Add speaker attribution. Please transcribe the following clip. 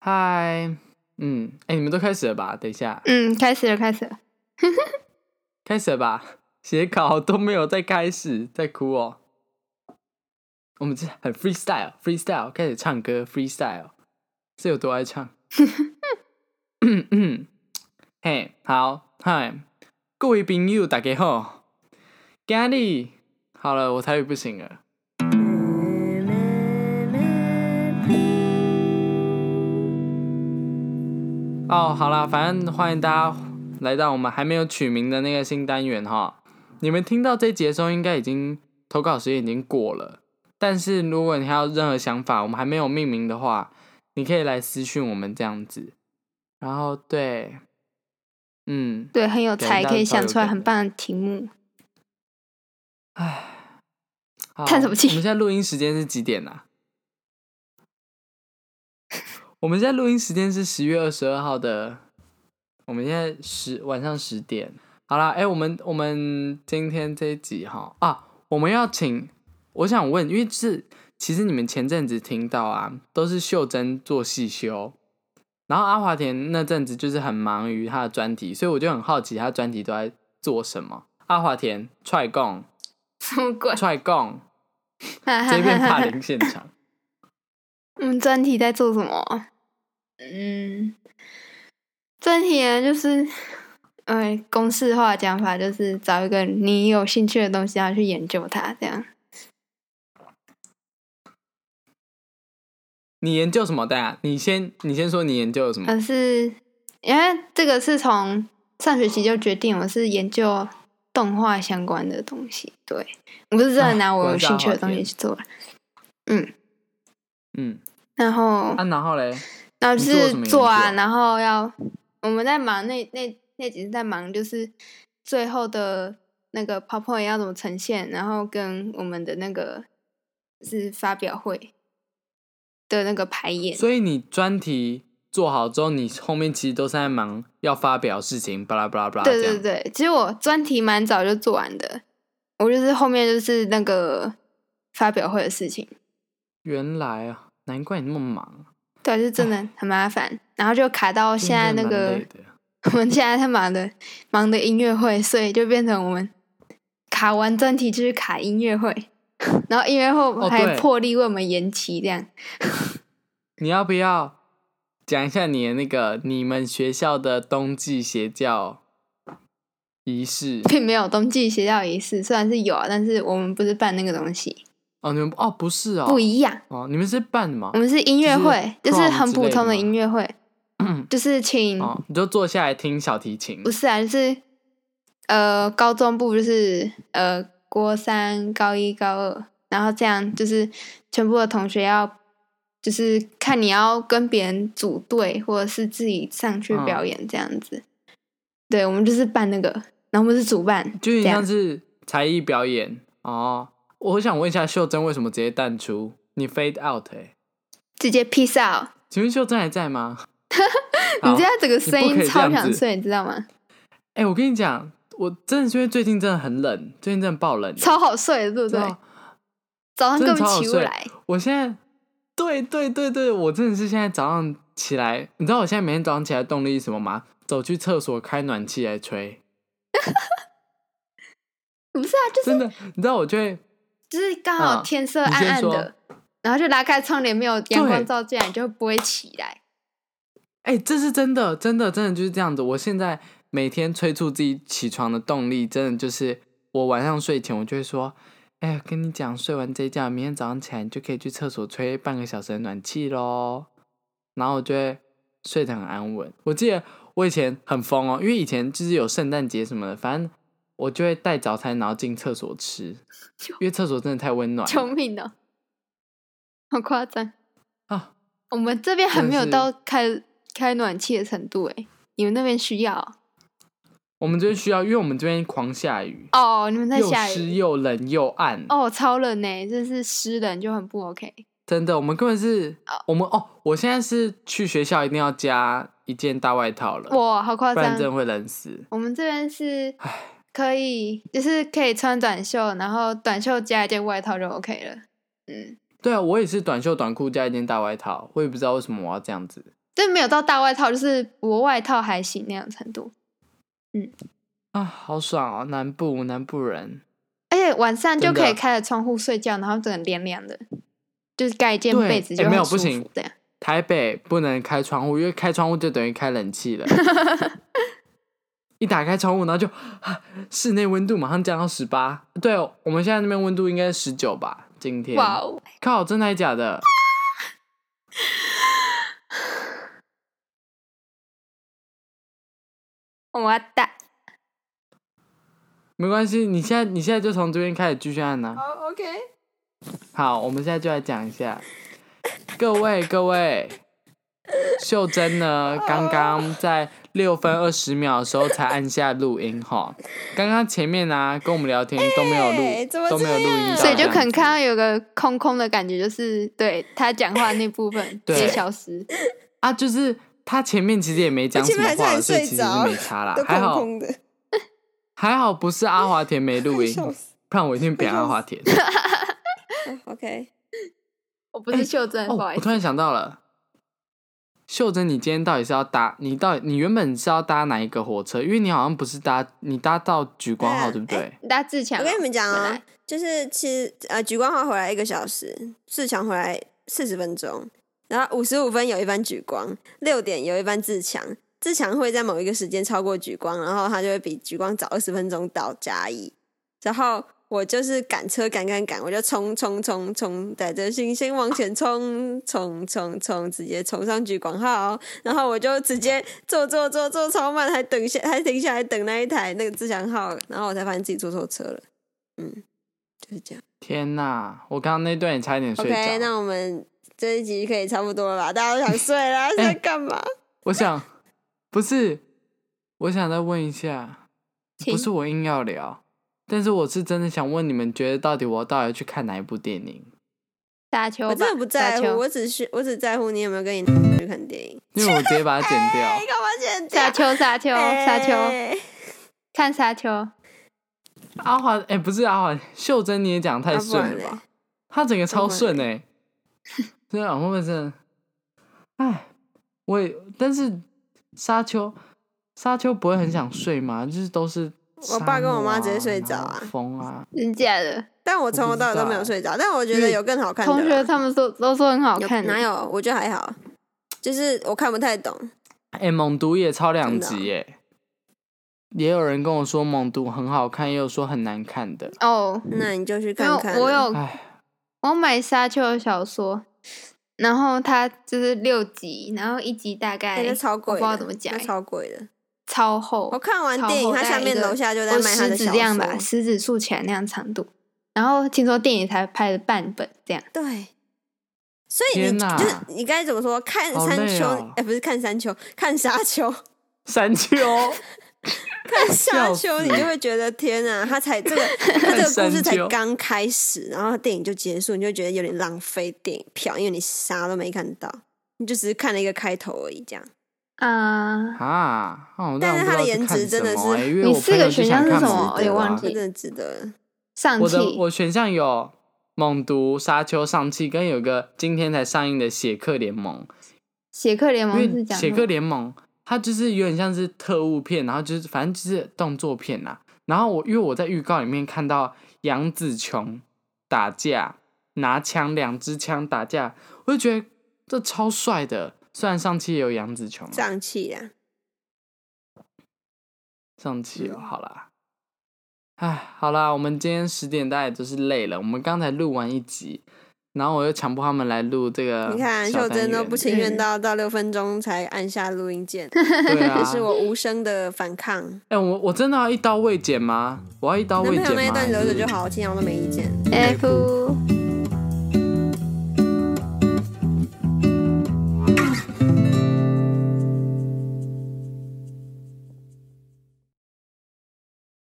Speaker 1: 嗨，嗯，哎、你们都开始了吧？等一下，
Speaker 2: 嗯，开始了，开始了。
Speaker 1: 开始了吧？写稿都没有再开始，在哭哦。我们这很 freestyle，freestyle 开始唱歌，freestyle 这有多爱唱？ 嘿，好，嗨，各位朋友，大家好。今日好了，我台语不行了。哦，好啦，反正欢迎大家来到我们还没有取名的那个新单元哈。你们听到这集的时候，应该已经投稿时间已经过了。但是如果你还有任何想法，我们还没有命名的话，你可以来私讯我们这样子。然后对，嗯，
Speaker 2: 对，很有
Speaker 1: 给
Speaker 2: 才，
Speaker 1: 大
Speaker 2: 可以
Speaker 1: 家有
Speaker 2: 想出来
Speaker 1: 感
Speaker 2: 很
Speaker 1: 觉
Speaker 2: 棒的题目。
Speaker 1: 好
Speaker 2: 叹什么气
Speaker 1: 我们现在录音时间是几点 啊？我们现在录音时间是十月二十二号的，我们现在十晚上十点。好啦，哎、我们我们今天这一集哈啊，我们要请，我想问，因为是其实你们前阵子听到啊，都是秀珍做细修，然后阿华田那阵子就是很忙于他的专题，所以我就很好奇他专题都在做什么。阿华田踹供
Speaker 2: 什么鬼？
Speaker 1: 踹供，
Speaker 2: 哈
Speaker 1: 直接变
Speaker 2: 哈
Speaker 1: 霸
Speaker 2: 哈
Speaker 1: 凌现场。
Speaker 2: 我们专题在做什么？嗯，专题呢，就是，呃，公式化的讲法就是找一个你有兴趣的东西，然后去研究它，这样。
Speaker 1: 你研究什么的呀？你先，你先说你研究了什么？
Speaker 2: 可是因为这个是从上学期就决定，我是研究动画相关的东西。对，我不是真的拿
Speaker 1: 哎果
Speaker 2: 我有
Speaker 1: 然是
Speaker 2: 兴趣的
Speaker 1: 阿华
Speaker 2: 东西
Speaker 1: 田
Speaker 2: 去做了。
Speaker 1: 嗯，
Speaker 2: 然后
Speaker 1: 啊，然后嘞，
Speaker 2: 然后
Speaker 1: 你
Speaker 2: 就
Speaker 1: 做了什么
Speaker 2: 是做
Speaker 1: 研
Speaker 2: 啊，
Speaker 1: 究
Speaker 2: 然后要我们在忙那那那几次在忙，就是最后的那个 PowerPoint 要怎么呈现，然后跟我们的那个是发表会的那个排演。
Speaker 1: 所以你专题做好之后，你后面其实都是在忙要发表事情，巴拉巴拉巴拉
Speaker 2: 对
Speaker 1: 这样。
Speaker 2: 对对，其实我专题蛮早就做完的，我就是后面就是那个发表会的事情，
Speaker 1: 原来啊，难怪你那么忙，
Speaker 2: 对啊，就真的很麻烦，然后就卡到现在
Speaker 1: 真的
Speaker 2: 那
Speaker 1: 蛮
Speaker 2: 个
Speaker 1: 累的
Speaker 2: 我们现在在忙的忙的音乐会，所以就变成我们卡完专题就是卡音乐会， 然后音乐会还
Speaker 1: 对
Speaker 2: 破例为我们延期，这
Speaker 1: 哦
Speaker 2: 样、
Speaker 1: 你要不要讲一下你的那个你们学校的冬季邪教仪式？
Speaker 2: 并没有冬季邪教仪式，虽然是有啊，但是我们不是办那个东西，
Speaker 1: 哦，你们哦不是哦，
Speaker 2: 不一样。
Speaker 1: 哦，你们是办什么
Speaker 2: 我？们是音乐会，
Speaker 1: 就
Speaker 2: 就是是
Speaker 1: prom
Speaker 2: 很普
Speaker 1: 之
Speaker 2: 通
Speaker 1: 类的吗
Speaker 2: 的音乐会，就是请、
Speaker 1: 哦，你就坐下来听小提琴
Speaker 2: 不。是啊，就是呃高中部就是呃国三、高一、高二，然后这样就是全部的同学要就是看你要跟别人组队，或者是自己上去
Speaker 1: 嗯
Speaker 2: 表演这样子。对，我们就是办那个，然后我们是主办，
Speaker 1: 就有
Speaker 2: 这
Speaker 1: 点
Speaker 2: 样
Speaker 1: 像是才艺表演哦。我想问一下，秀珍为什么直接淡出？你 fade out 哎、
Speaker 2: 直接 peace out。
Speaker 1: 请问秀珍还在吗？好
Speaker 2: 你知道这个
Speaker 1: 不
Speaker 2: 声
Speaker 1: 可
Speaker 2: 音
Speaker 1: 以这样
Speaker 2: 超想
Speaker 1: 子
Speaker 2: 睡，你知道吗？
Speaker 1: 哎、我跟你讲，我真的是因为最近真的很冷，最近真的爆冷，
Speaker 2: 超好睡的，对不
Speaker 1: 真
Speaker 2: 对
Speaker 1: 的？
Speaker 2: 早上
Speaker 1: 真
Speaker 2: 根
Speaker 1: 的
Speaker 2: 本
Speaker 1: 超好
Speaker 2: 起不
Speaker 1: 睡
Speaker 2: 来，
Speaker 1: 我现在，对对对对，我真的是现在早上起来，你知道我现在每天早上起来的动力是什么吗？走去厕所开暖气来吹，
Speaker 2: 不是啊，就是
Speaker 1: 真的，你知道我就会
Speaker 2: 就是刚
Speaker 1: 嗯
Speaker 2: 好天色
Speaker 1: 你
Speaker 2: 暗
Speaker 1: 先
Speaker 2: 暗
Speaker 1: 说
Speaker 2: 的，然后就拉开窗帘，没有阳光
Speaker 1: 对
Speaker 2: 照进来，你就不会起来。
Speaker 1: 哎、这是真的，真的，真的就是这样子。我现在每天催促自己起床的动力，真的就是我晚上睡前，我就会说：“哎、呀，跟你讲，睡完这一觉，明天早上起来你就可以去厕所吹半个小时的暖气喽。”然后我就会睡得很安稳。我记得我以前很疯哦，因为以前就是有圣诞节什么的，反正我就会带早餐，然后进厕所 吃，因为厕所真的太温暖了。
Speaker 2: 救命哦！ 好夸张
Speaker 1: 啊！
Speaker 2: 我们这边还
Speaker 1: 真的
Speaker 2: 没有
Speaker 1: 是
Speaker 2: 到开开暖气的程度哎，你们那边需要
Speaker 1: 我们这边需要，因为我们这边狂下雨，
Speaker 2: 哦？你们在
Speaker 1: 又
Speaker 2: 下
Speaker 1: 湿
Speaker 2: 雨
Speaker 1: 又冷又暗。
Speaker 2: 哦，超冷呢，真是湿冷就很不 OK。
Speaker 1: 真的，我们根本是，
Speaker 2: 啊
Speaker 1: 我们哦，我现在是去学校一定要加一件大外套了，
Speaker 2: 哇，好夸
Speaker 1: 不然
Speaker 2: 张
Speaker 1: 真！的会冷死。
Speaker 2: 我们这边是
Speaker 1: 唉
Speaker 2: 可以，就是可以穿短袖，然后短袖加一件外套就 OK 了。嗯，
Speaker 1: 对啊，我也是短袖短裤加一件大外套，我也不知道为什么我要这样子。
Speaker 2: 但没有到大外套，就是薄外套还行那样程度。
Speaker 1: 啊，好爽哦，南部南部人，
Speaker 2: 而且晚上就
Speaker 1: 真的啊
Speaker 2: 可以开着窗户睡觉，然后整个凉凉的，就是盖一件
Speaker 1: 对
Speaker 2: 被子
Speaker 1: 哎
Speaker 2: 就
Speaker 1: 没
Speaker 2: 很
Speaker 1: 有
Speaker 2: 舒
Speaker 1: 不行
Speaker 2: 服。这样
Speaker 1: 台北不能开窗户，因为开窗户就等于开冷 气了。一打开窗户，然后就、啊室内温度马上降到十八。对哦，我们现在那边温度应该十九吧？今天
Speaker 2: 哇哦，
Speaker 1: 靠，真的还假的？
Speaker 2: 我大
Speaker 1: 没关系，你现在你现在就从这边开始继续按呐、啊
Speaker 2: 好 OK，
Speaker 1: 好，我们现在就来讲一下，各位各位，秀珍呢，刚刚在六分二十秒的时候才按下录音哈，刚刚前面啊跟我们聊天都没有录，
Speaker 3: 哎怎么
Speaker 1: 都没有录音
Speaker 3: 这样
Speaker 1: 到这样子，
Speaker 2: 所以就可能看到有个空空的感觉，就是对他讲话那部分直
Speaker 1: 对
Speaker 2: 接消失。
Speaker 1: 啊，就是他前面其实也没讲
Speaker 3: 我
Speaker 1: 什
Speaker 3: 前
Speaker 1: 么
Speaker 3: 面还差
Speaker 1: 话，
Speaker 3: 点
Speaker 1: 所以其
Speaker 3: 睡
Speaker 1: 实
Speaker 3: 着
Speaker 1: 没差啦
Speaker 3: 都，
Speaker 1: 还
Speaker 3: 空
Speaker 1: 好
Speaker 3: 空的，
Speaker 1: 还好不是阿华田没录音
Speaker 3: 笑，死。
Speaker 1: 不然我一定扁阿华田。
Speaker 3: 嗯 OK，
Speaker 2: 我不是秀珍，不好
Speaker 1: 哦，
Speaker 2: 意
Speaker 1: 我
Speaker 2: 思
Speaker 1: 突，然想到了，秀珍，你今天到底是要搭？你到底你原本是要搭哪一个火车？因为你好像不是搭，你搭到莒光号
Speaker 3: 嗯
Speaker 1: 对不对？
Speaker 2: 大家自强哦。
Speaker 3: 我跟你们讲
Speaker 2: 本
Speaker 3: 哦
Speaker 2: 来，
Speaker 3: 就是其实呃，举光号回来一个小时，自强回来四十分钟，然后五十五分有一班举光，六点有一班自强。自强会在某一个时间超过举光，然后他就会比举光早二十分钟到嘉义。然后我就是赶车赶赶赶，我就冲冲冲冲，带着信心往前冲，冲冲冲，直接冲上举光号，然后我就直接坐坐坐坐超慢，还等下还停下来等那一台那个自强号，然后我才发现自己坐错车了，嗯，就是这样。
Speaker 1: 天哪！我刚刚那段也差一点睡着。
Speaker 3: OK，那我们这一集可以差不多了吧？大家都想 睡啦，在干嘛？
Speaker 1: 我想不是，我想再问一下，
Speaker 2: 请
Speaker 1: 不是我硬要聊，但是我是真的想问你们，觉得到底我到底要去看哪一部电影？
Speaker 2: 打球吧，
Speaker 3: 我真的不在
Speaker 2: 打
Speaker 3: 乎，
Speaker 2: 球，
Speaker 3: 我只是我只在乎你有没有跟你去看电影。
Speaker 1: 因为我直接把它剪
Speaker 3: 哎，
Speaker 1: 掉
Speaker 3: 干嘛剪掉
Speaker 2: 撒？ 球，撒球，撒球，
Speaker 3: 哎
Speaker 2: 看撒球。。
Speaker 1: 阿华，哎、不是阿华，秀珍你也讲得太
Speaker 3: 啊不然
Speaker 1: 顺了吧？
Speaker 3: 嘞
Speaker 1: 他整个超
Speaker 3: 不会
Speaker 1: 顺哎、欸，真的，我们真的，哎，我也，但是沙丘，沙丘不会很想睡吗？就是都是、
Speaker 3: 我爸跟我妈直接睡着啊
Speaker 1: 然后风啊，
Speaker 2: 真假的？
Speaker 3: 但我从头到尾都没有睡着，但我觉得有更好看的啦。
Speaker 2: 嗯同学他们说都说很好
Speaker 3: 有
Speaker 2: 看，
Speaker 3: 哪？有？我觉得还好，就是我看不太懂。
Speaker 1: 哎、猛毒也超两
Speaker 3: 真的啊
Speaker 1: 集耶、也有人跟我说猛毒很好看，也有说很难看的，
Speaker 2: 哦，
Speaker 3: 那你就去
Speaker 2: 没
Speaker 3: 看
Speaker 2: 有，
Speaker 3: 看。
Speaker 2: 我有
Speaker 1: 哎，
Speaker 2: 我买沙丘的小说，然后它就是六集，然后一集大概
Speaker 3: 哎，那超
Speaker 2: 我
Speaker 3: 贵的，
Speaker 2: 不知道怎么讲
Speaker 3: 那，超贵的。
Speaker 2: 超厚，
Speaker 3: 我看完
Speaker 2: 超厚
Speaker 3: 电影，它
Speaker 2: 大概
Speaker 3: 下
Speaker 2: 一
Speaker 3: 面
Speaker 2: 个
Speaker 3: 楼下就在
Speaker 2: 我
Speaker 3: 卖它
Speaker 2: 食
Speaker 3: 的
Speaker 2: 指
Speaker 3: 小
Speaker 2: 这样吧，
Speaker 3: 说。
Speaker 2: 食指竖起来那样长度。然后听说电影才拍了半本这样，
Speaker 3: 对，所以
Speaker 1: 天
Speaker 3: 你
Speaker 1: 哪
Speaker 3: 就是你该怎么说？看
Speaker 1: 好
Speaker 3: 山
Speaker 1: 累
Speaker 3: 丘，哎、
Speaker 1: 哦
Speaker 3: 不是看山丘，看沙 丘，
Speaker 1: 山 丘，
Speaker 3: 看
Speaker 1: 笑
Speaker 3: 沙丘，
Speaker 1: 死
Speaker 3: 你就会 觉得天哪，它才这个它这个
Speaker 1: 山
Speaker 3: 故事才
Speaker 1: 丘
Speaker 3: 刚开始，然后电影就结束，你就觉得有点浪费电影票，因为你啥都没看到，你就只是看了一个开头而已，这样。
Speaker 2: 啊，
Speaker 1: 啊，哦，那
Speaker 3: 但
Speaker 1: 我
Speaker 3: 是
Speaker 1: 不知
Speaker 3: 它的
Speaker 1: 道去
Speaker 3: 颜
Speaker 1: 看
Speaker 3: 值真的
Speaker 1: 什么
Speaker 3: 是
Speaker 1: 欸因为
Speaker 2: 你
Speaker 1: 我
Speaker 2: 四
Speaker 1: 朋
Speaker 2: 个
Speaker 1: 友就
Speaker 2: 选
Speaker 1: 想
Speaker 2: 项是
Speaker 1: 看
Speaker 2: 什
Speaker 1: 死
Speaker 2: 么
Speaker 1: 的
Speaker 2: 我也
Speaker 1: 啊
Speaker 2: 忘记
Speaker 3: 它真的值得。
Speaker 2: 上
Speaker 1: 我的
Speaker 2: 气
Speaker 1: 我选项有猛毒、沙丘、上汽，跟有个今天才上映的《血客联盟
Speaker 2: 血客联》，盟
Speaker 1: 因
Speaker 2: 哦是
Speaker 1: 为《
Speaker 2: 讲
Speaker 1: 血
Speaker 2: 什
Speaker 1: 客
Speaker 2: 么
Speaker 1: 联盟》它就是有点像是特务片，然后就是反正就是动作片啦、然后我因为我在预告里面看到杨紫琼打架，拿枪两支枪打架，我就觉得这超帅的。虽然上期也有杨紫琼啊，
Speaker 3: 胀气啊！
Speaker 1: 上期哦，
Speaker 3: 嗯
Speaker 1: 好啦，哎，好啦，我们今天十点大家也都是累了，我们刚才录完一集，然后我又强迫他们来录这个，
Speaker 3: 你看秀珍都不，情愿
Speaker 2: 嗯
Speaker 3: 到到六分钟才按下录音键，
Speaker 1: 对啊
Speaker 3: 这，是我无声的反抗。
Speaker 1: 哎、我我真的要一刀未剪吗？我要一刀
Speaker 3: 男
Speaker 1: 未
Speaker 3: 朋
Speaker 1: 剪
Speaker 3: 友
Speaker 1: 吗？
Speaker 3: 那一段
Speaker 1: 还
Speaker 3: 留
Speaker 1: 是
Speaker 3: 着就好，我听我都没意见。
Speaker 2: ？F